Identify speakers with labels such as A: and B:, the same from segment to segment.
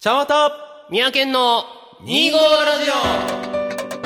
A: 茶わた
B: 三宅県の
A: 2
B: 2
A: 号
B: 号
A: ラ
B: ラ
A: ジ
B: ジ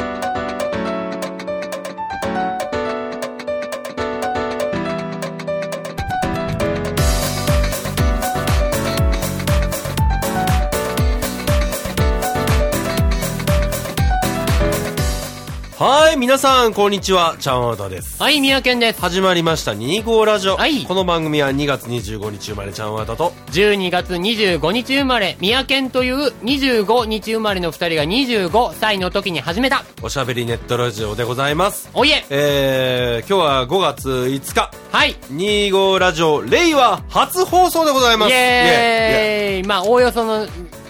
A: オはい、皆さん、こんにちは。茶わたです。
B: オはい、三宅県です。
A: 始まりました2号ラジオ。
B: はい
A: この番組は2月25日生まれちゃんわたと、
B: 12月25日生まれ、三宅県という25日生まれの二人が25歳の時に始めた。
A: おしゃべりネットラジオでございます。
B: おいえ
A: えー、今日は5月5日、
B: はいイ
A: 2号ラジオ、令和初放送でございます。イエ
B: エーイまあ、おおよその、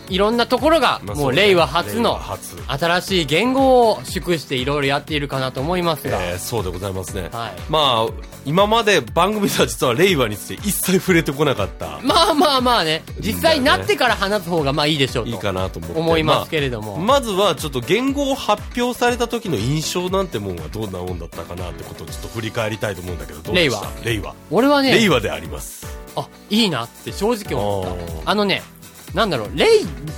B: いろんなところが、
A: まあ
B: も
A: そう
B: う
A: だね
B: 令和初
A: 令
B: の
A: 和初、
B: 新しい言語を祝していろいろやっているかなと思いますが、
A: えーそうでございますね。
B: はい
A: まあ、今まで番組では実は令和について一切触れてこなかった、
B: まあまあまあね、実際になってから話す方がまあいいでしょうと。
A: いいかなと思って。
B: 思いますけれども
A: まあまずはちょっと言語を発表された時の印象なんてもんはどんなもんだったかなってことをちょっと振り返りたいと思うんだけど、どうでした令和。
B: 俺はね、
A: 令和であります。
B: あ、いいなって正直思っ
A: おー
B: た。あのね、なんだろう、令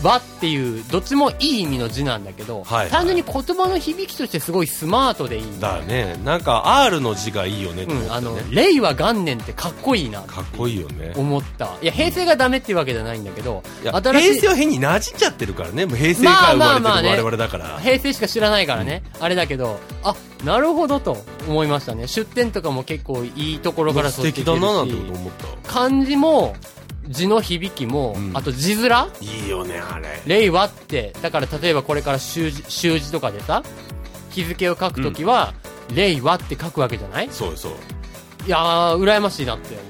B: 和っていう、どっちもいい意味の字なんだけど、
A: はいはい
B: 単純に言葉の響きとしてすごいスマートでいい。
A: だね。なんか R の字がいいよねって
B: う
A: 思って、
B: ん、
A: ね
B: あの、令和元年ってかっこいいなって
A: かっこいいよね。
B: 思った。いや、平成がダメっていうわけじゃないんだけど、
A: いや
B: 新しい
A: 平成は変に馴染んじゃってるからね。もう平成から生まれてる
B: まあまあまあね
A: 我々だから。
B: 平成しか知らないからね、あれだけど、あ、なるほどと思いましたね。出典とかも結構いいところから
A: 素
B: 取って
A: 敵
B: き
A: だ
B: てるし
A: ななんてこと思った。
B: 漢字も、字の響きも、
A: うん
B: あと字面
A: いいよね、あれ。
B: 令和って、だから例えばこれから習字、習字とかでさ、日付を書くときは、令和って書くわけじゃない
A: そうそう。い
B: いやー、羨ましいなって思
A: い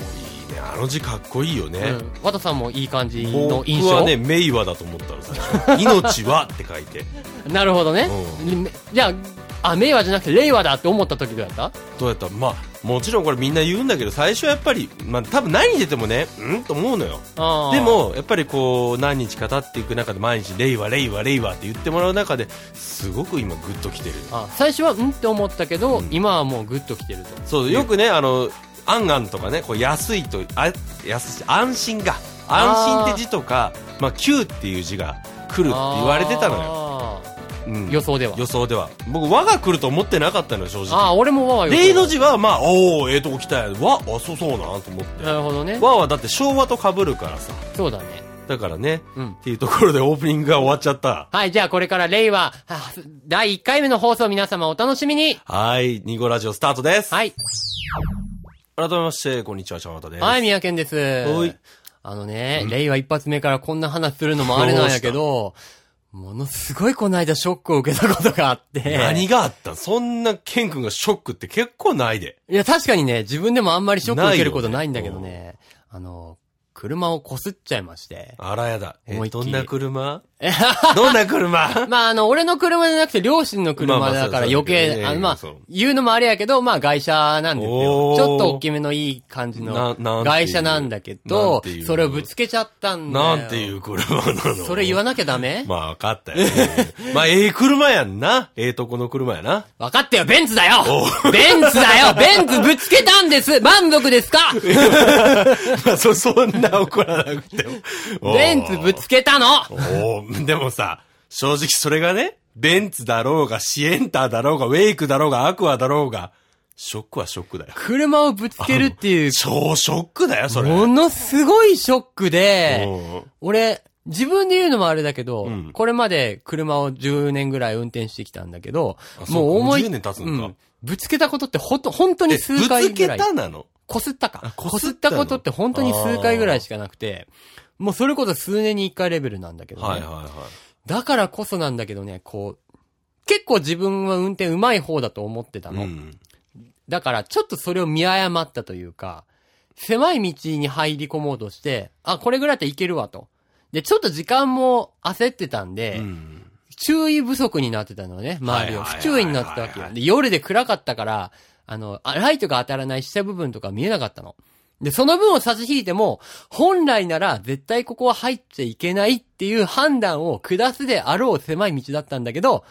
A: ね。あの字かっこいいよね。
B: う。うん。和田さんもいい感じの
A: 僕
B: 印
A: は
B: 象。
A: ね、名イだと思ったの、最 初。命はって書いて。
B: なるほどね。じゃあ、あ、令和じゃなくて令和だって思った時どうやった
A: どうやったまあ、もちろんこれみんな言うんだけど、最初はやっぱり、まあ、多分何に出てもね、うんと思うのよ。
B: あー
A: で、も、やっぱりこう、何日か経っていく中で、毎日、令和、令和、令和って言ってもらう中で、すごく今、グッときてる。
B: あ最初はうんって思ったけど、
A: うん
B: 今はもうグッときてると。
A: そう、よくね、あの、あんあんとかね、こう、安いと、あ、安い、安心が、安心って字とか、まあ、Q っていう字が来るって言われてたのよ。
B: よ。
A: うん
B: 予想では。
A: 予想では。僕、和が来ると思ってなかったのよ、正直。
B: ああ、俺も和は予想
A: 例の字は、まあ、おお、ええとこ来たやん。わ、あ、そうそうなんと思って。
B: なるほどね。
A: わはだって昭和と被るからさ。
B: そうだね。
A: だからね。
B: うん
A: っていうところでオ ープニングが終わっちゃった。
B: はい、じゃあこれから令和、はあ第1回目の放送皆様お楽しみに
A: はい、ニゴラジオスタートです。
B: はい。
A: 改めまして、こんにちは、ちゃんわたです。
B: はい、三宅です。
A: はい
B: あのね、令和一発目からこんな話するのもあれなんやけど、ものすごいこの間ショックを受けたことがあって。
A: 何
B: い
A: があったそんな、ケン君がショックって結構ないで。
B: や、確かにね、自分でもあんまりショックを受けること
A: な
B: ないい
A: よ
B: ん
A: ね
B: だけどね、あの、車を擦っちゃいまして。
A: あらやだ。え
B: 思い、っきり
A: どんな 車どんな 車
B: まあ、あの、俺の車じゃなくて、両親の
A: まあ
B: 車
A: まあ
B: だから
A: そうそ
B: 余
A: う
B: 計、
A: そう
B: あの、
A: ええ
B: まあ
A: そう、
B: 言うのもあれやけど、まあ、外車なんです
A: おー
B: よ。ちょっと大きめのいい感じ
A: なな
B: の
A: んていう
B: 外車なんだけ
A: なん
B: ど
A: ていう、
B: それをぶつけちゃったんだよ。
A: なんていう車なの
B: それ言わ
A: な
B: なきゃダメ
A: まあ、分かった よ。まあ、ええ車やんな。ええとこの車やな。
B: 分かったよ、ベンツだよベンツだよベンツぶつけたんです満足ですか
A: まあ、そ、そんな怒らなくても。おー
B: ベンツぶつけたの
A: おーでもさ、正直それがね、ベンツだろうが、シエンターだろうが、ウェイクだろうが、アクアだろうが、ショックはショックだよ。
B: 車をぶつけるっていう、
A: 超ショックだよ、それ。
B: ものすごいショックで、
A: うん
B: 俺、自分で言うのもあれだけど、
A: ん
B: これまで車を10年ぐらい運転してきたんだけど、
A: あ
B: もう
A: そうか
B: 思い、
A: 10年経つのか
B: うんぶつけたことってほと、本当に
A: え、
B: 数
A: ぶ
B: 回
A: つ
B: ぐ
A: け
B: らい。
A: たなの
B: こすった
A: あ
B: か。
A: こ
B: こ
A: す
B: す
A: っ
B: ったた
A: の
B: ことって本当に数回ぐらいしかなくて、もうそれこそ数年に1回レベルなんだけどね。
A: はいはいはい。
B: だからこそなんだけどね、こう、結構自分は運転上手い方だと思ってた
A: う
B: の。
A: ん。
B: だから、ちょっとそれを見誤ったというか、狭い道に入り込もうとして、あ、これぐらいだったらいけるわと。で、ちょっと時間も焦ってたんで、
A: うん
B: 注意不足になってたのね、周りを。
A: はいはいはいはい
B: 不注意になってたわけよ。で、夜で暗かったから、あの、あライトが当たらない下部分とか見えなかったの。で、その分を差し引いても、本来なら絶対ここは入っちゃいけないっていう判断を下すであろう狭い道だったんだけど、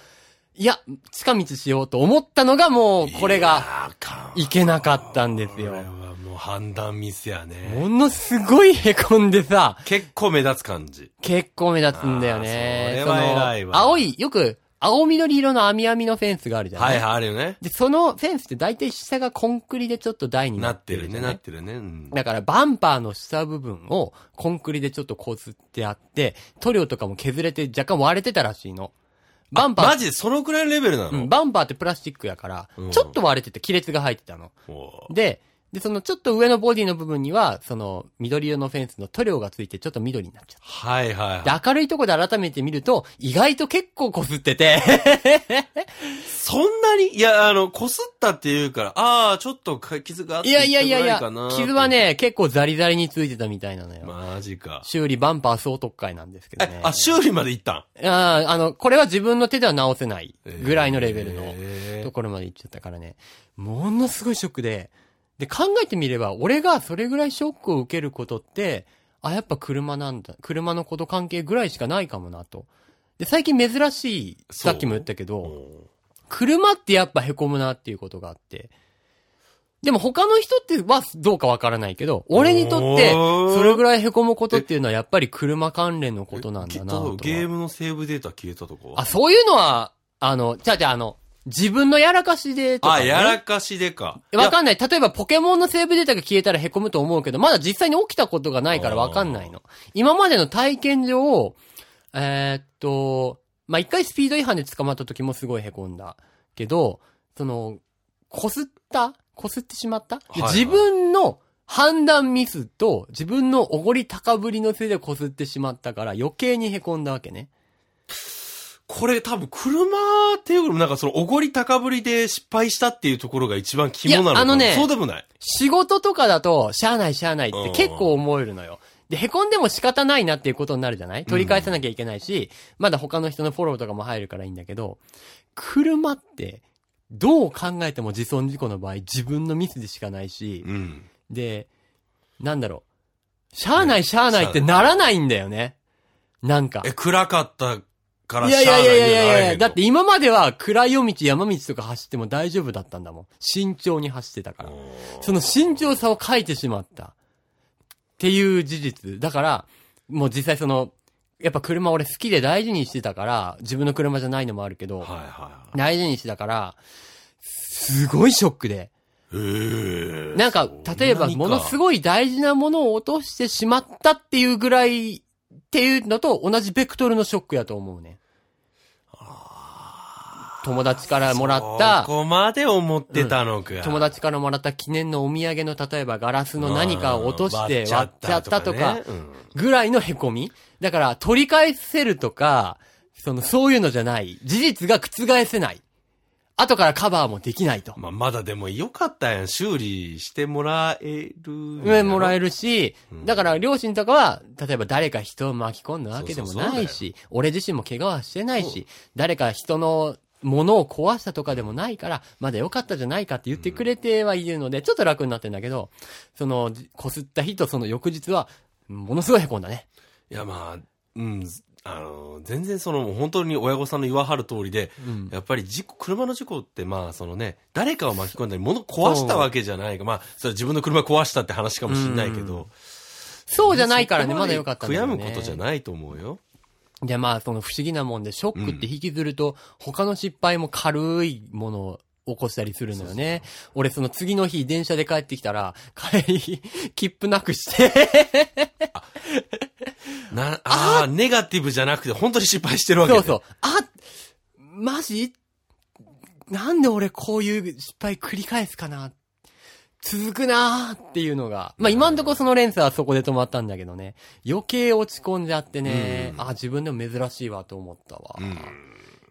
B: いや、近道しようと思ったのがもう、これ
A: い
B: が、
A: やーあかん
B: いけなかったんです
A: これ
B: よ。
A: はもう判断ミスやね。
B: ものすごい凹んでさ、
A: 結構目立つ感じ。
B: 結構目立つんだよね。
A: あーそれは偉いわ
B: その青い、よく、青緑色の網網のフェンスがあるじゃない、
A: はいはい、あるよね。
B: で、そのフェンスって大体下がコンクリでちょっと台に
A: な
B: な
A: っ
B: ってて
A: る
B: るじ
A: ね、
B: ゃな
A: なっ
B: い
A: てるね。うん
B: だから、バンパーの下部分をコンクリでちょっとこすってあって、塗料とかも削れて若干割れてたらしいの。バンパー、
A: マジでそのくらいのレベルな
B: うん、
A: の
B: バンパーってプラスチックやから、
A: うん
B: ちょっと割れてて亀裂が入ってたの。
A: おー
B: で、で、そのちょっと上のボディの部分には、その緑色のフェンスの塗料がついてちょっと緑になっちゃっ
A: はいはいはい。
B: た。で、明るいとこで改めて見ると、意外と結構こすってて、
A: そんなにいや、あの、擦ったっていうから、ああ、ちょっとか傷があって
B: いやいやいやいや
A: 痛くなかな、
B: 傷は、ね、結構ザリザリについてたみたいなのよ。
A: マジか。
B: 修理バンパー総特会なんですけど
A: え
B: ね、。
A: あ、修理まで行ったん
B: あーあの、これは自分の手では直せないぐらいのレベルの
A: えー
B: ところまで行っちゃったからね。ものすごいショックで。で、考えてみれば、俺がそれぐらいショックを受けることって、あ、やっぱ車なんだ。車のこと関係ぐらいしかないかもなと。で、最近珍しい、
A: そう
B: さっきも言ったけど、
A: うん
B: 車ってやっぱ凹むなっていうことがあって。でも他の人ってはどうかわからないけど、俺にとって、
A: おー
B: それぐらい凹むことっていうのはやっぱり車関連のことなん
A: き
B: だ
A: っ
B: なとは
A: とゲームのセーブデータ消えたとこ
B: あ、そういうのは、あの、じゃあじゃああの、自分のやらかしでとか、
A: あ、
B: ね。
A: やらかしでか。
B: わかんない。例えばポケモンのセーブデータが消えたら凹むと思うけど、まだ実際に起きたことがないからわかんないの。今までの体験上、えーっと、まあ、一回スピード違反で捕まった時もすごい凹んだ。けど、その、擦った擦ってしまった、で
A: はいはい
B: 自分の判断ミスと自分のおごり高ぶりのせいで擦ってしまったから余計に凹んだわけね。
A: これ多分車っていうよりもなんかそのおごり高ぶりで失敗したっていうところが一番肝なのか
B: いや
A: な
B: あのね
A: そうでもない。
B: 仕事とかだと、しゃあないしゃあないって結構思えるのよ。で、凹んでも仕方ないなっていうことになるじゃない取り返さなきゃいけないし、まだ他の人のフォローとかも入るからいいんだけど、車って、どう考えても自損事故の場合、自分のミスでしかないし、
A: うん。
B: で、なんだろう、しゃあないしゃあないってならないんだよね。なんか。
A: え、暗かったから
B: い
A: しゃ
B: や
A: あ
B: いや
A: ないい
B: やい
A: んじゃ
B: やい
A: ない
B: やい
A: け
B: や、
A: ど
B: だって今までは暗い夜道、山道とか走っても大丈夫だったんだもん。慎重に走ってたから。その慎重さを書いてしまった。っていう事実。だから、もう実際その、やっぱ車俺好きで大事にしてたから、自分の車じゃないのもあるけど、
A: はいは
B: 大事にしてたから、すごいショックで。
A: い。へえ。
B: なんか、例えばものすごい大事なものを落としてしまったっていうぐらい、っていうのと同じベクトルのショックやと思うね。友達からもらった
A: そ、こまで思ってたのか。
B: 友達からもらった記念のお土産の例えばガラスの何かを落として
A: うん
B: 割っちゃったとか
A: ね、うん
B: ぐらいの凹みだから取り返せるとか、そのそういうのじゃない。事実が覆せない。後からカバーもできないと。
A: まあ、まだでもよかったやん。修理してもらえるんやろ。
B: うんもらえ
A: る。
B: るし、だから両親とかは、例えば誰か人を巻き込んだわけでも
A: そうそうそう
B: な
A: だ
B: い
A: よ
B: し、俺自身も怪我はしてないし、誰か人のものを壊したとかでもないから、まだ良かったじゃないかって言ってくれてはいるので、ちょっと楽になってんだけど、その、こすった日とその翌日は、ものすごい凹んだね。
A: いや、まあ、うん。あの、全然その、本当に親御さんの言わはる通りで、
B: うん。
A: やっぱり事故、車の事故って、まあ、そのね、誰かを巻き込んだり、物壊したわけじゃないか。まあ、それは自分の車壊したって話かもしれないけど。
B: そうじゃないから
A: そ
B: ね、
A: こ
B: ま
A: ま
B: だ
A: で
B: 良かったんだよね。
A: 悔やむことじゃないと思うよ。
B: で、まあ、その不思議なもんで、ショックって引きずると、他の失敗も軽いものを起こしたりするのよね。俺、その次の日、電車で帰ってきたら、帰り、切符なくして、
A: な、ああ、ネガティブじゃなくて、本当に失敗してるわけ
B: そ
A: ね
B: うそう。あ、マジなんで俺こういう失敗繰り返すかな続くなーっていうのが。まあ今んとこその連鎖はそこで止まったんだけどね。余計落ち込んじゃってね。
A: うん
B: あ、自分でも珍しいわと思ったわ。
A: うん。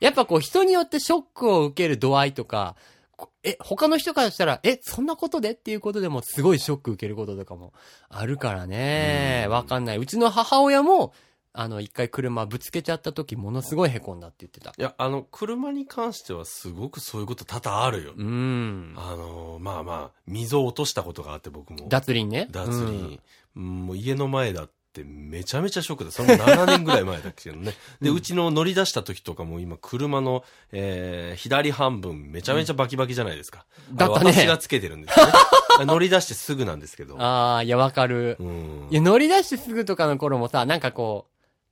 B: やっぱこう人によってショックを受ける度合いとか、こえ、他の人からしたら、え、そんなことでっていうことでもすごいショック受けることとかもあるからね。
A: うん
B: わかんない。うちの母親も、あの、一回車ぶつけちゃった時ものすごい凹んだって言ってた。
A: いや、あの、車に関してはすごくそういうこと多々あるよ。
B: うん。
A: あの、まあまあ、溝を落としたことがあって僕も。
B: 脱輪ね。
A: 脱輪、うんもう家の前だっってめちゃめちゃショックだ。それも7年ぐらい前だけ どね。で、うちの乗り出した時とかも今車の、えー左半分めちゃめちゃバキバキじゃないですか。
B: んだったね
A: あれ私がつけてるんですよね。 乗り出してすぐなんですけど。
B: ああ、いや、わかる
A: う。ん
B: い。や、乗り出してすぐとかの頃もさ、なんかこ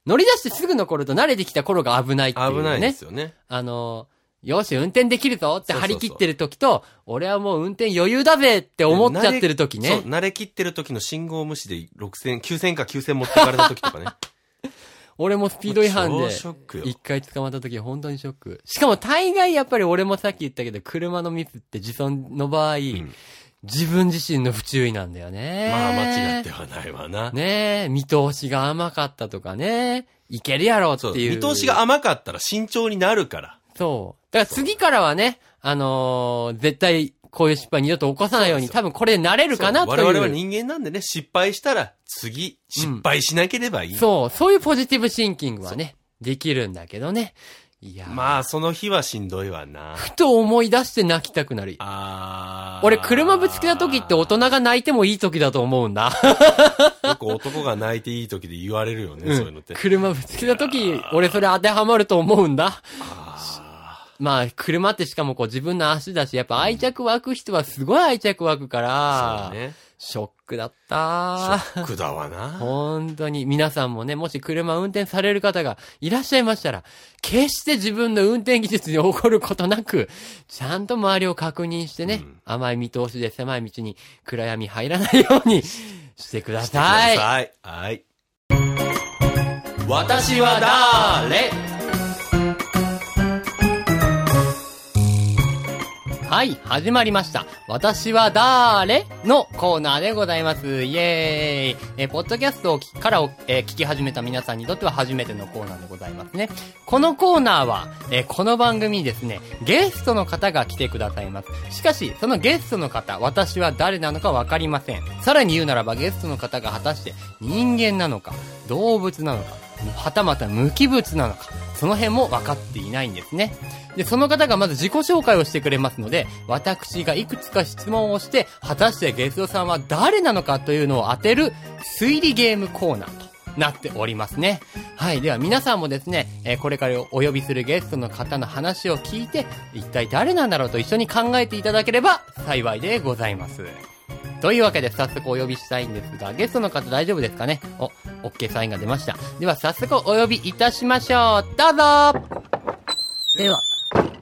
B: う、乗り出してすぐの頃と慣れてきた頃が危ないっていうね。
A: 危ないですよね。
B: あの、よし、運転できるぞって
A: そうそうそう
B: 張り切ってる時と、俺はもう運転余裕だべって思っちゃってる時
A: そう、
B: ね。
A: 慣れきってる時の信号無視で6000、9000か9000持ってかれた時とかね。
B: 俺 もスピード違反
A: も
B: で
A: う超ショックよ。
B: 一回捕まった時本当にショック。しかも大概やっぱり俺もさっき言ったけど、車のミスって自損の場合、
A: ん
B: 自分自身の不注意なんだよね。
A: まあ間違ってはないわな。
B: ねえ、見通しが甘かったとかね、いけるやろって
A: そう。
B: いう。
A: 見通しが甘かったら慎重になるから。
B: そう。だから次からはね、あのー絶対こういう失敗二度と起こさないように、
A: そう
B: 多分これで慣れるか
A: そ
B: なと
A: う
B: いう。
A: 我々は人間なんでね、失敗したら次、失敗しなければいい。
B: そう、そういうポジティブシンキングはね、できるんだけどね。いやー、
A: まあ、その日はしんどいわな。
B: ふと思い出して泣きたくなり。
A: あー
B: 俺、車ぶつけた時って大人が泣いてもいい時だと 思うんだ。
A: よく男が泣いていい時で言われるよね、そういうのって。
B: 車ぶつけた時、俺それ当てはまると思うんだ。
A: あ
B: まあ、車ってしかもこう自分の足だし、やっぱ愛着湧く人はすごい愛着湧くか
A: ー
B: ら、
A: そうね。
B: ショックだっ
A: シ
B: た
A: ョ。ックだわな。
B: 本当に、皆さんもね、もし車運転される方がいらっしゃいましたら、決して自分の運転技術に起こることなく、ちゃんと周りを確認してね、
A: うん
B: 甘い見通しで狭い道に暗闇入らないようにしてくだ
A: してくだ
B: さい。
A: さい。はい。私はだーれ
B: はい、始まりました。私はだーれのコーナーでございます。イエーイ。えーポッドキャストを聞からお、えー聞き始めた皆さんにとっては初めてのコーナーでございますね。このコーナーは、えーこの番組にですね、ゲストの方が来てくださいます。しかし、そのゲストの方、私は誰なのかわかりません。さらに言うならば、ゲストの方が果たして人間なのか、動物なのか、はたまた無機物なのか、その辺も分かっていないんですね。で、その方がまず自己紹介をしてくれますので、私がいくつか質問をして、果たしてゲストさんは誰なのかというのを当てる推理ゲームコーナーとなっておりますね。はい。では皆さんもですね、えーこれからお呼びするゲストの方の話を聞いて、一体誰なんだろうと一緒に考えていただければ幸いでございます。というわけで早速お呼びしたいんですが、ゲストの方大丈夫ですかねお、OK サインが出ました。では早速お呼びいたしましょう。どうぞ
C: では、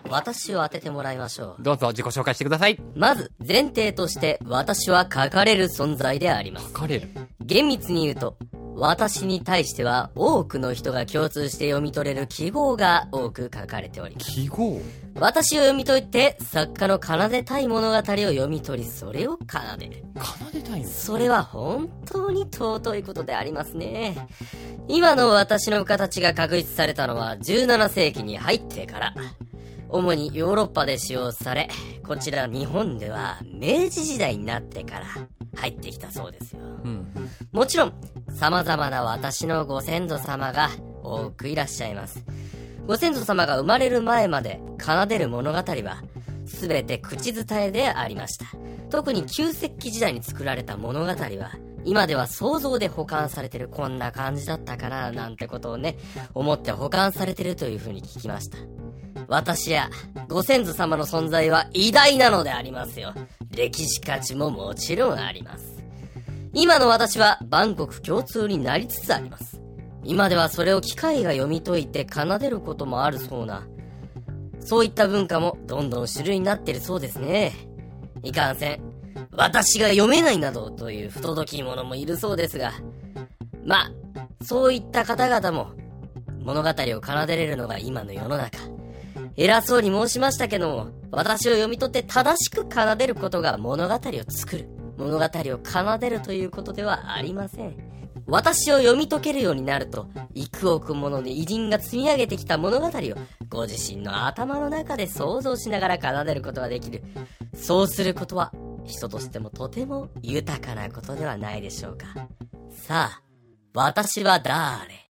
C: 私を当ててもらいましょう。
B: どうぞ自己紹介してください。
C: まず、前提として、私は書かれる存在であります。
B: かれる。
C: 厳密に言うと、私に対しては、多くの人が共通して読み取れる記号が多く書かれております。
B: 記号
C: 私を読み解いて、作家の奏でたい物語を読み取り、それを奏でる。
B: 奏でたいの
C: それは本当に尊いことでありますね。今の私の形が確立されたのは17世紀に入ってから。主にヨーロッパで使用され、こちら日本では明治時代になってから入ってきたそうですよ。
B: うん。
C: もちろん、様々な私のご先祖様が多くいらっしゃいます。ご先祖様が生まれる前まで奏でる物語は、すべて口伝えでありました。特に旧石器時代に作られた物語は、今では想像で保管されてるこんな感じだったかな、なんてことをね、思って保管されてるというふうに聞きました。私やご先祖様の存在は偉大なのでありますよ。歴史価値ももちろんあります。今の私は万国共通になりつつあります。今ではそれを機械が読み解いて奏でることもあるそうな。そういった文化もどんどん主流になってるそうですね。いかんせん、私が読めないなどという不届き者もいるそうですが、まあ、そういった方々も物語を奏でれるのが今の世の中。偉そうに申しましたけども、私を読み取って正しく奏でることが物語を作る、物語を奏でるということではありません。私を読み解けるようになると、幾億もので偉人が積み上げてきた物語を、ご自身の頭の中で想像しながら奏でることができる。そうすることは、人としてもとても豊かなことではないでしょうか。さあ、私は誰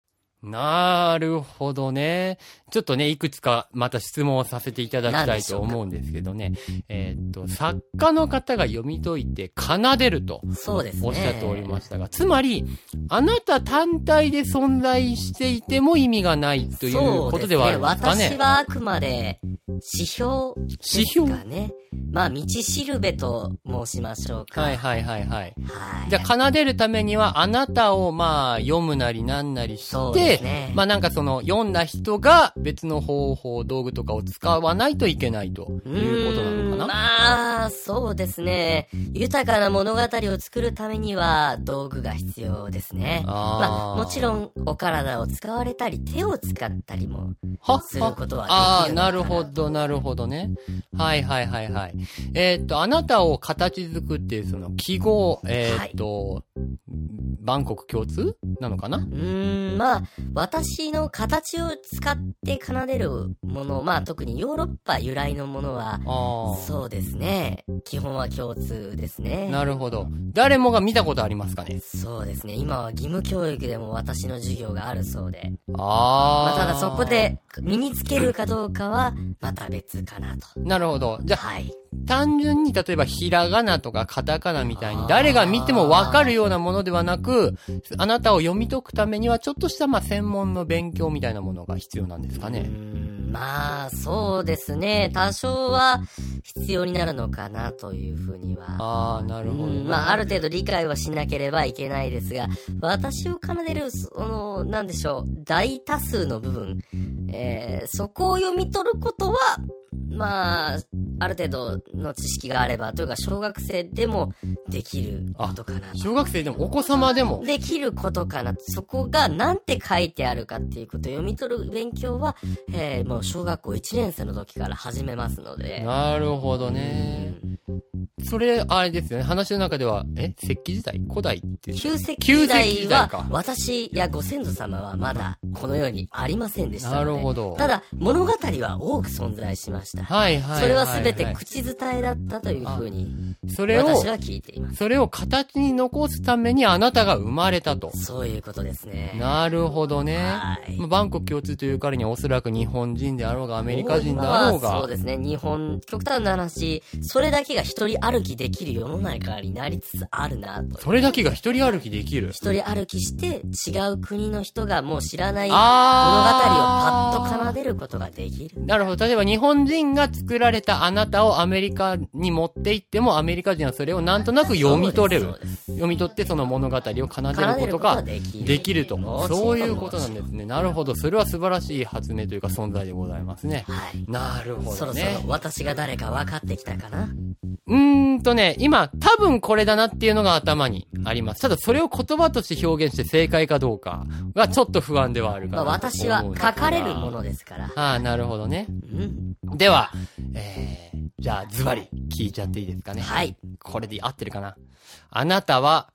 B: なるほどね。ちょっとね、いくつかまた質問をさせていただきたいと思うんですけどね。えーっと、作家の方が読み解いて奏でると
C: そうですね。
B: おっしゃっておりましたが、つまり、あなた単体で存在していても意味がないということではあるんですか
C: そう
B: ね。
C: ですね私はあくまで指標ですかね。まあ、道しるべと申しましょうか。
B: はいはいはいはい。
C: はい
B: じゃあ、奏でるためには、あなたを、まあ、読むなりなんなりし
C: そうで
B: て、
C: すね
B: まあなんかその、読んだ人が別の方法、道具とかを使わないといけないということなのかな
C: うーんまあ、そうですね。豊かな物語を作るためには道具が必要ですね。ま
B: あー
C: あ、もちろんお体を使われたり手を使ったりも。
B: は
C: することは
B: ああー、
C: できるのかな
B: なるほど、なるほどね。はいはいはいはい。えーっと、あなたを形作っていうその記号、えーっと、バンコク共通なのかな
C: うーん、まあ、私の形を使って奏でるもの、まあ特にヨーロッパ由来のものは、
B: ああ。
C: そうですね。基本は共通ですね。
B: なるほど。誰もが見たことありますかね
C: そうですね。今は義務教育でも私の授業があるそうで。
B: ああ。
C: まあ、ただそこ。で身につけるかどうかはまた別かなと。
B: なるほど。じゃあ、
C: はい。
B: 単純に例えばひらがなとかカタカナみたい
C: あ
B: に
C: ー
B: 誰が見てもわかるようなものではなく、あなたを読み解くためにはちょっとしたまあ専門の勉強みたいなものが必要なんですか
C: うー
B: ね。
C: んまあ、そうですね。多少は必要になるのかなというふうには。
B: ああ、なる
C: う
B: ほど。
C: んまあ、ある程度理解はしなければいけないですが、私を奏でる、その、なんでしょう、大多数の部分、えー、そこを読み取ることは、まあ、ある程度の知識があれば、というか、小学生でもできることかなと。
B: 小学生でもお子様でも。
C: できることかな。そこがなんて書いてあるかっていうことを読み取る勉強は、えーもう小学校1年生の時から始めますので。
B: なるほどね。それ、あれですよね。話の中では、え石器時代古代って。
C: 旧石器時代
B: 旧石器時代
C: は
B: か、
C: 私やご先祖様はまだこの世にありませんでしたので。
B: なるほど
C: ただ、物語は多く存在しました。
B: はいはいはい、はい。
C: それは全て口伝えだったというふうに、
B: それを
C: 私、は聞いています。
B: それを形に残すためにあなたが生まれたと。
C: そういうことですね。
B: なるほどね。
C: はい
B: まあバンコク共通という彼にはおそらく日本人であろうが、アメリカ人であろう
C: まあ
B: が
C: そう。ですね。日本、極端な話、それだけが一人歩きできる世の中になりつつあるなと。
B: それだけが一人歩きできる。
C: 一人歩きして、違う国の人がもう知らない物語を
B: あー
C: パッと奏でることができる。
B: なるほど。例えば日本人が作られたあなたをアメリカに持って行っても、アメリカ人はそれをなんとなく読み取れ
C: そ
B: る
C: うです。
B: 読み取ってその物語を奏でる
C: 奏で
B: こ
C: る
B: と
C: ことが
B: が
C: できる
B: できると
C: も。ちろん
B: そういうことなんですね。なるほど。それは素晴らしい発明というか存在でございますね。
C: はい。
B: なるほ
C: そ
B: ど
C: ろ
B: ね。
C: そろ私が誰か分かってきたかな。
B: うーんとね、今、多分これだなっていうのが頭にあります。ただそれを言葉として表現して正解かどうかがちょっと不安ではあるか
C: ま
B: な
C: あ
B: と思うんだけど。
C: 私は書かれるものですから。
B: ああ、なるほどね。
C: うん。
B: では、えー、じゃあズバリ聞いちゃっていいですかね。
C: はい。
B: これで合ってるかな。あなたは、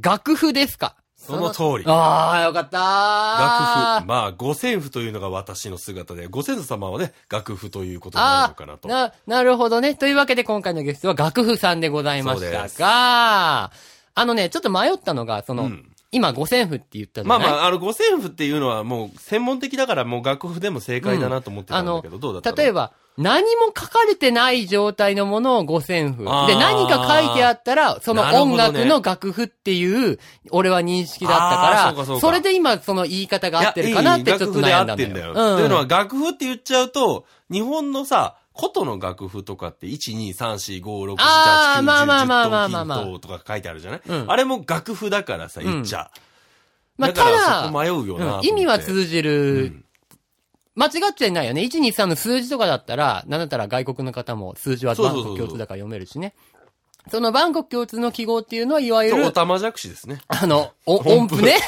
B: 楽譜ですか
A: その通り。
B: ああ、よかった
A: 楽
B: ー
A: 譜。まあ、五線譜というのが私の姿で、五先祖様はね、楽譜ということになる
B: あ
A: のかな
B: あ、
A: と。
B: な、なるほどね。というわけで今回のゲストは楽譜さんでございまし
A: そうで
B: た
A: す
B: が、あのね、ちょっと迷ったのが、その、
A: うん
B: 今五線譜って言ったじ
A: ま
B: ゃ
A: あ
B: ない
A: まあ、あの、五線譜っていうのはもう専門的だから、もう楽譜でも正解だなと思ってたんだけど、どうだったの
B: 例えば、何も書かれてない状態のものを五線譜。で、
A: あー
B: 何か書いてあったら、その
A: なるほ
B: 音
A: どね
B: 楽の楽譜っていう、俺は認識だった
A: あーそ
B: か
A: う
B: ら、
A: かそうか
B: それで今その言い方が合ってるかなってちょっと
A: い
B: 悩
A: や
B: んだん
A: いい楽譜
B: だ
A: で合ってんだ
B: よ。
A: よ。
B: うん
A: というのは、楽譜って言っちゃうと、日本のさ、琴の楽譜とかって、1、2、3、4、5、6、7、8、9、10、10
B: あーまあまあまあまあまあまあ
A: 10とか書いてあるじゃない、
B: うん
A: あれも楽譜だからさ、言っちゃ。
B: まあ、
A: だ
B: た
A: からそ
B: だ、
A: こ迷うよなと思っ
B: うん
A: て、
B: 意味は通じる、間違っちゃいないよね。123の数字とかだったら、なんだったら外国の方も数字は
A: そうそ
B: バ
A: う
B: ン
A: そうそう
B: コク共通だから読めるしね。そのバンコク共通の記号っていうのは、いわゆ
A: そう、お
B: る、
A: たまじゃくしですね。
B: あの、お音符ね。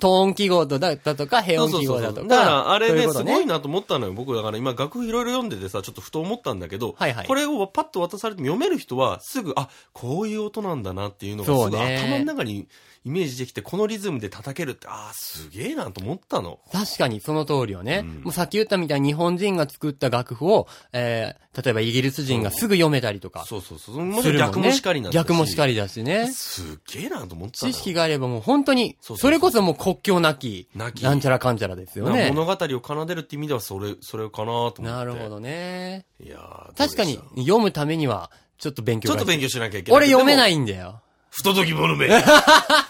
B: トーン記号だったとか、平
A: そう
B: 音
A: そう
B: 記
A: そ
B: 号
A: うそ
B: だ
A: う。
B: とか。
A: だから、あれ
B: そう
A: ね、
B: うこ
A: す
B: と
A: ごいなと思ったのよ。僕、だから今、楽譜いろいろ読んでてさ、ちょっとふと思ったんだけど、
B: はいはい
A: これをパッと渡されても読める人は、すぐ、あ、こういう音なんだなっていうのが、
B: そ
A: す
B: う
A: ぐ
B: ね
A: 頭の中にイメージできて、このリズムで叩けるって、ああ、すげえなと思ったの。
B: 確かにその通りよね。
A: うん
B: もうさっき言ったみたいに日本人が作った楽譜を、えー、例えばイギリス人がすぐ読めたりとか。
A: そうそうそう。も
B: す
A: ちろ
B: る
A: ん
B: もん
A: 逆
B: ね
A: もしかりなんだし
B: 逆もしかりだしね。
A: すげえなと思ったの
B: 知識があればもう本当に、
A: そうそうそう
B: それこそもう国境なき、
A: なき
B: なんちゃらかんちゃらですよね。
A: 物語を奏でるって意味では、それ、それかなと思って。
B: なるほ。どね。
A: いやー
B: 確かに
A: どうでし
B: 読むためには、ちょっと勉
A: たち
B: 強
A: ょ
B: が
A: っと勉強しなきゃいけない。。
B: 俺読めないいんだよ。
A: 不届き者 め。ま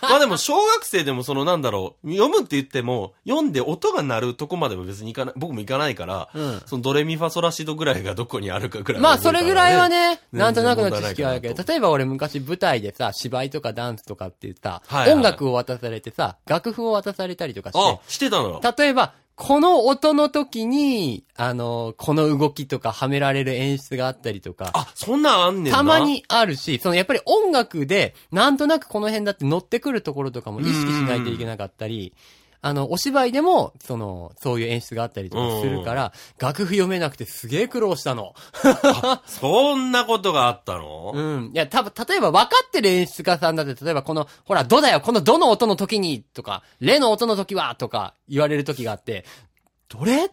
A: あでも、小学生でもそのなんだろう、読むって言っても、読んで音が鳴るとこまでは別にいかない、僕もいかないから、
B: うん
A: そのドレミファソラシドぐらいがどこにあるかぐらい
B: ま
A: は
B: あ、
A: 覚え
B: そ
A: たらね、
B: れぐらいはね、なんとなくの
A: 全然問
B: 知
A: 題ない
B: 識
A: か
B: は
A: な
B: あ
A: と
B: るけど、例えば俺昔舞台でさ、芝居とかダンスとかって言った
A: はいはいはい
B: 音楽を渡されてさ、楽譜を渡されたりとかして
A: あ、、してたのよ。
B: 例えば、この音の時に、あの、この動きとかはめられる演出があったりとか、
A: あ、そんなんあんねんな。
B: たま。にあるし、そのやっぱり音楽で、なんとなくこの辺だって乗ってくるところとかも意識しないといけなかったり、あの、お芝居でも、その、そういう演出があったりとかするから、楽譜読めなくてすげえ苦労したの。
A: そんなことがあったの、
B: うん。いや、たぶん、例えば分かってる演出家さんだって、例えばこの、ほら、ドだよ、このドの音の時に、とか、レの音の時は、とか言われる時があって、どれ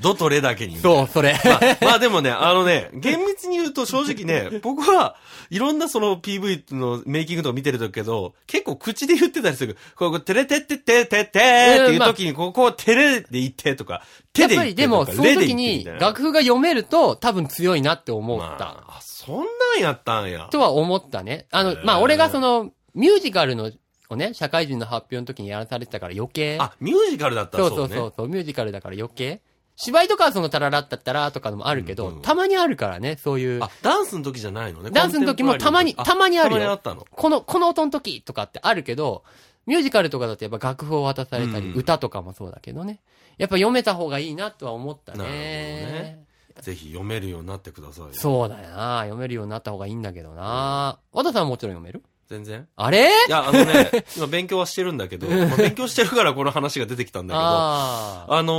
A: どとれだけに。
B: そう、それ。
A: まあ、 まあでもね、あのね、厳密に言うと正直ね、 僕はいろんなその PV のメイキングとか見てるとけど、結構口で言ってたりする。こう、てれてっててててーっていう時に、ここをてれで言ってとか、
B: や
A: 手
B: っ
A: で
B: ぱ
A: 言
B: り
A: って
B: で
A: と
B: も、
A: か、
B: そ
A: レ
B: の
A: で言
B: 時
A: ってみ
B: に、
A: たいな。
B: 楽譜が読めると、多分強いなって思った。
A: まあ、あそんなんやったんや。
B: とは思ったね。あ
A: へ
B: の、
A: ー
B: まあ、俺がその、ミュージカルの、をね、社会人の発表の時にやらされてたから余計。
A: あ、ミュージカルだったら
B: そう
A: そうね。
B: そうそうそう、ミュージカルだから余計。芝居とかはそのタララッタッタラーとかのもあるけど、
A: うんうん
B: たまにあるからね、そういう。
A: あ、ダンスの時じゃないのね。
B: ダンスの時もたまに
A: コンテ
B: た
A: ンポ
B: ま
A: ラリ
B: に
A: ー
B: あ
A: の
B: るよ
A: 時あたまにあったの。
B: この、この音の時とかってあるけど、ミュージカルとかだとやっぱ楽譜を渡されたり、
A: うん
B: 歌とかもそうだけどね。やっぱ読めた方がいいなとは思ったね。
A: なるほどねぜひ読めるようになってくださいよ。
B: そうだよな。読めるようになった方がいいんだけどな。和田さんはもちろん読める
A: 全然
B: あれ
A: いや、あのね、今勉強はしてるんだけど、 まあ勉強してるからこの話が出てきたんだけど、あ
B: ああ。
A: の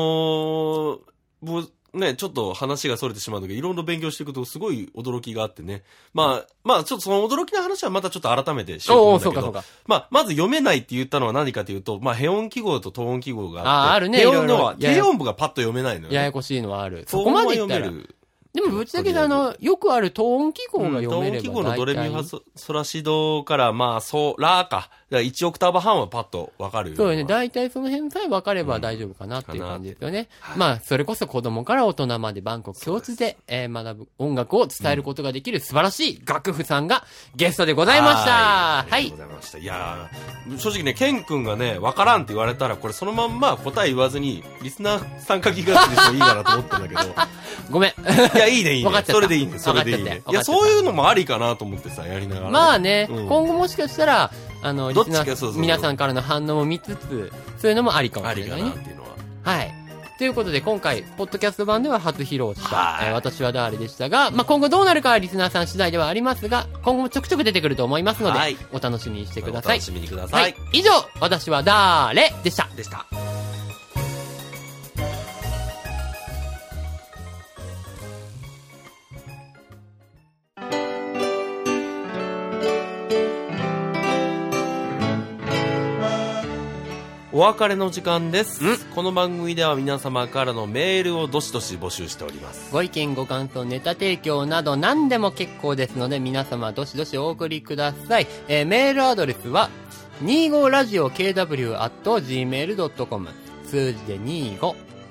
A: ー、もうね、ちょっと話が逸れてしまうんだけど、いろんな勉強していくとすごい驚きがあってね。まあ、まあ、ちょっとその驚きの話はまたちょっと改めてしようと
B: お
A: 思う
B: おうん
A: だ
B: そう
A: け
B: かそ
A: ど
B: う、か。
A: まあ、まず読めないって言ったのは何かというと、まあ、ヘ音記号とト音記号があって、
B: あーあるね
A: 低音のはい
B: ろいろ
A: 低音部がパッと読めないのよ、ね。
B: ややこしいのはある。
A: ト
B: そ
A: 音
B: こま
A: は
B: で言
A: 読
B: った
A: め
B: ら。
A: る。
B: でもぶっちゃけさ、あの、よくある等音記号が読めれば大体、
A: うん同音記号のドレミファソソラシドから、まあ、ソラか。だから1オクターブ半はパッとわかるような。
B: そうよね。大体その辺さえ分かれば大丈夫かなっていう感じですよね。まあ、それこそ子供から大人まで万国共通で、えー学ぶ音楽を伝えることができる素晴らしい楽譜さんがゲストでございました。は
A: はいあり
B: い
A: がとう。ございました。いやー正直ね、ケン君がね、わからんって言われたら、これそのまんま答え言わずに、リスナー参加企画にしてもいいかなと思ったんだけ ど。
B: ごめん。
A: いや、いいね、いい
B: わか
A: ね
B: っ。ちゃった
A: それでいいね、それでいい
B: わかっちゃ
A: ね
B: っ。た
A: いや、そういうのもありかなと思ってさ、やりながらね、
B: まあね、
A: うん
B: 今後もしかしたら、あの、リ
A: どっ
B: ス
A: ちか
B: ナー
A: そうそうそう
B: 皆さんからの反応も見つつ、そういうのもありかも
A: あ
B: し
A: り
B: れ
A: か
B: ない
A: な
B: ね
A: っ。ていうのは。
B: はい。ということで、今回、ポッドキャスト版では初披露した、
A: はい
B: えー私は誰でしたが、まあ、今後どうなるかはリスナーさん次第ではありますが、今後もちょくちょく出てくると思いますので、
A: はい
B: お楽しみにしてくだ
A: お
B: さい
A: 楽。しみにくださ。
B: はいい。以上、私はだーれでした。
A: でした。お別れの時間です。この番組では皆様からのメールをどしどし募集しております。
B: ご意見、ご感想、ネタ提供など何でも結構ですので、皆様どしどしお送りください。えーメールアドレスは、25radiokw.gmail.com 数字で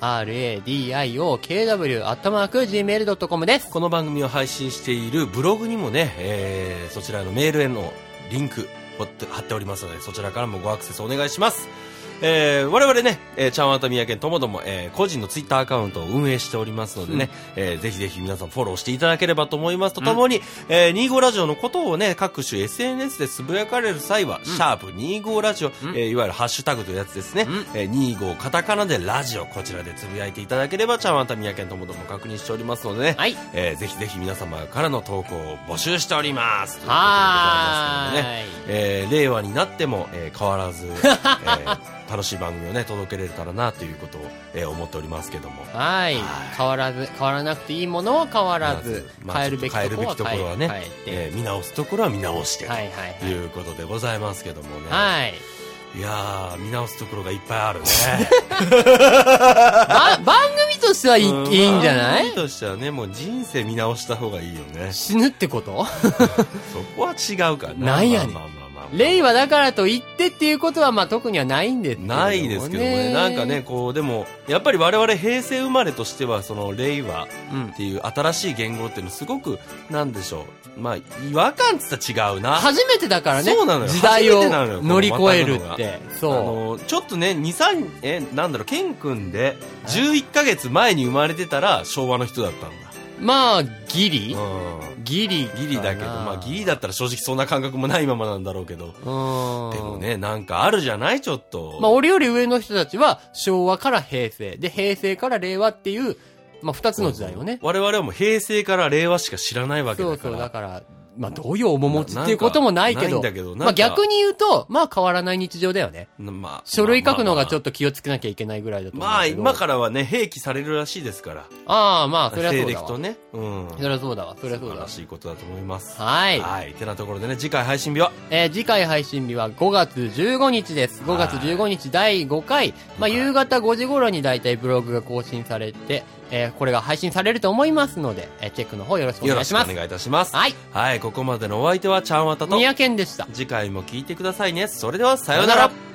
B: 25radiokw.gmail.com です。
A: この番組を配信しているブログにもね、えーそちらのメールへのリンクを貼っておりますので、そちらからもごアクセスお願いします。えー我々ね、えー、ちゃんわたみやけんともども、えー個人のツイッターアカウントを運営しておりますのでね、えーぜひぜひ皆さんフォローしていただければと思いますとともに、えー25ラジオのことをね、各種 SNS でつぶやかれる際は、シャープ25ラジオ、えーいわゆるハッシュタグというやつですね、えー25カタカナでラジオ、こちらでつぶやいていただければ、ちゃんわたみやけんともども確認しておりますのでね、
B: はい。
A: えーぜひぜひ皆様からの投稿を募集しております。
B: はー
A: と
B: い
A: いうことでございますのでねえー令和になっても、えー変わらず、えー 楽しい番組をね、届けれたらな、ということを、えー思っておりますけども。
B: はい
A: はい
B: 変わらず変わらなくていいものは変わらず、
A: まあ
B: 変えるべきところは
A: ちょっと変えるべきところはね
B: 変えて、
A: えー見直すところは見直して、
B: はいはい
A: ということでございますけどもね。
B: はい、はい
A: いやー、見直すところがいっぱいあるね。
B: ば番組と してはいいい
A: うん
B: いんじゃな
A: 番
B: い
A: 組としてはね、もう人生見直した方がいいよ ね。
B: 死ぬってこと
A: そこは違うから
B: なんやねん
A: まあまあまあまあ
B: 令和だからと言ってっていうことは、まあ特にはないんですけどもね
A: ないですけどね。なんかね、、こう、でも、やっぱり我々平成生まれとしては、その、令和っ
B: うん。
A: ていう新しい言語っていうのすごく、なんでしょう。まあ、違和感っつったら違うな。
B: 初めてだからね、
A: そうなのよ
B: 時代
A: 初めてなのよ
B: を乗り越える
A: この
B: って。
A: あ
B: そ
A: の、ちょっとね、2、3、え、なんだろう、ケン君で、11ヶ月前に生まれてたら、昭和の人だったん
B: う。まあ、ギリ
A: だ。うん。
B: ギリかな。
A: ギリだけど、まあ、ギリだったら正直そんな感覚もないままなんだろうけど。
B: うん。で
A: で
B: も
A: も。ね、なんかあるじゃないちょっと。
B: まあ、俺より上の人たちは、昭和から平成。で、平成から令和っていう、まあ、二つの時代をね。
A: 我々はもう平成から令和しか知らないわけ
B: そ
A: だ
B: う
A: か
B: そ
A: ら。
B: う、だから、まあ、どういう面持ちっていうこともないけ
A: な
B: ど
A: んかないんだけど、なんか
B: まあ、逆に言うと、まあ、変わらない日常だよね。
A: まあ、
B: 書類書くのがちょっ
A: っと。
B: と気をつけなきゃいけないぐらいだと思う
A: まあ、
B: けど。
A: 今からはね、併記されるらしいですから。
B: ああ、まあ、それはそ
A: 西
B: うだ
A: 暦と
B: わ。
A: ね。うん。
B: それはそうだわ。それはそう
A: 素晴
B: だわ
A: ら。しいことだと思います。
B: はい。
A: はい。てなところでね、次回配信日は、
B: えー次回配信日は5月15日です。5月15日第5回。まあ、
A: はい
B: 夕方5時頃に大体ブログが更新されて、えーこれが配信されると思いますので、えーチェックの方よろしくお
A: よ
B: 願
A: ろ
B: い
A: し
B: し
A: くお
B: ます。
A: 願いいたします。
B: はい。
A: はい、ここまでのお相手はちゃんわたと、
B: 宮健でした。
A: 次回も聞いてくださいね。それでは、さようなら。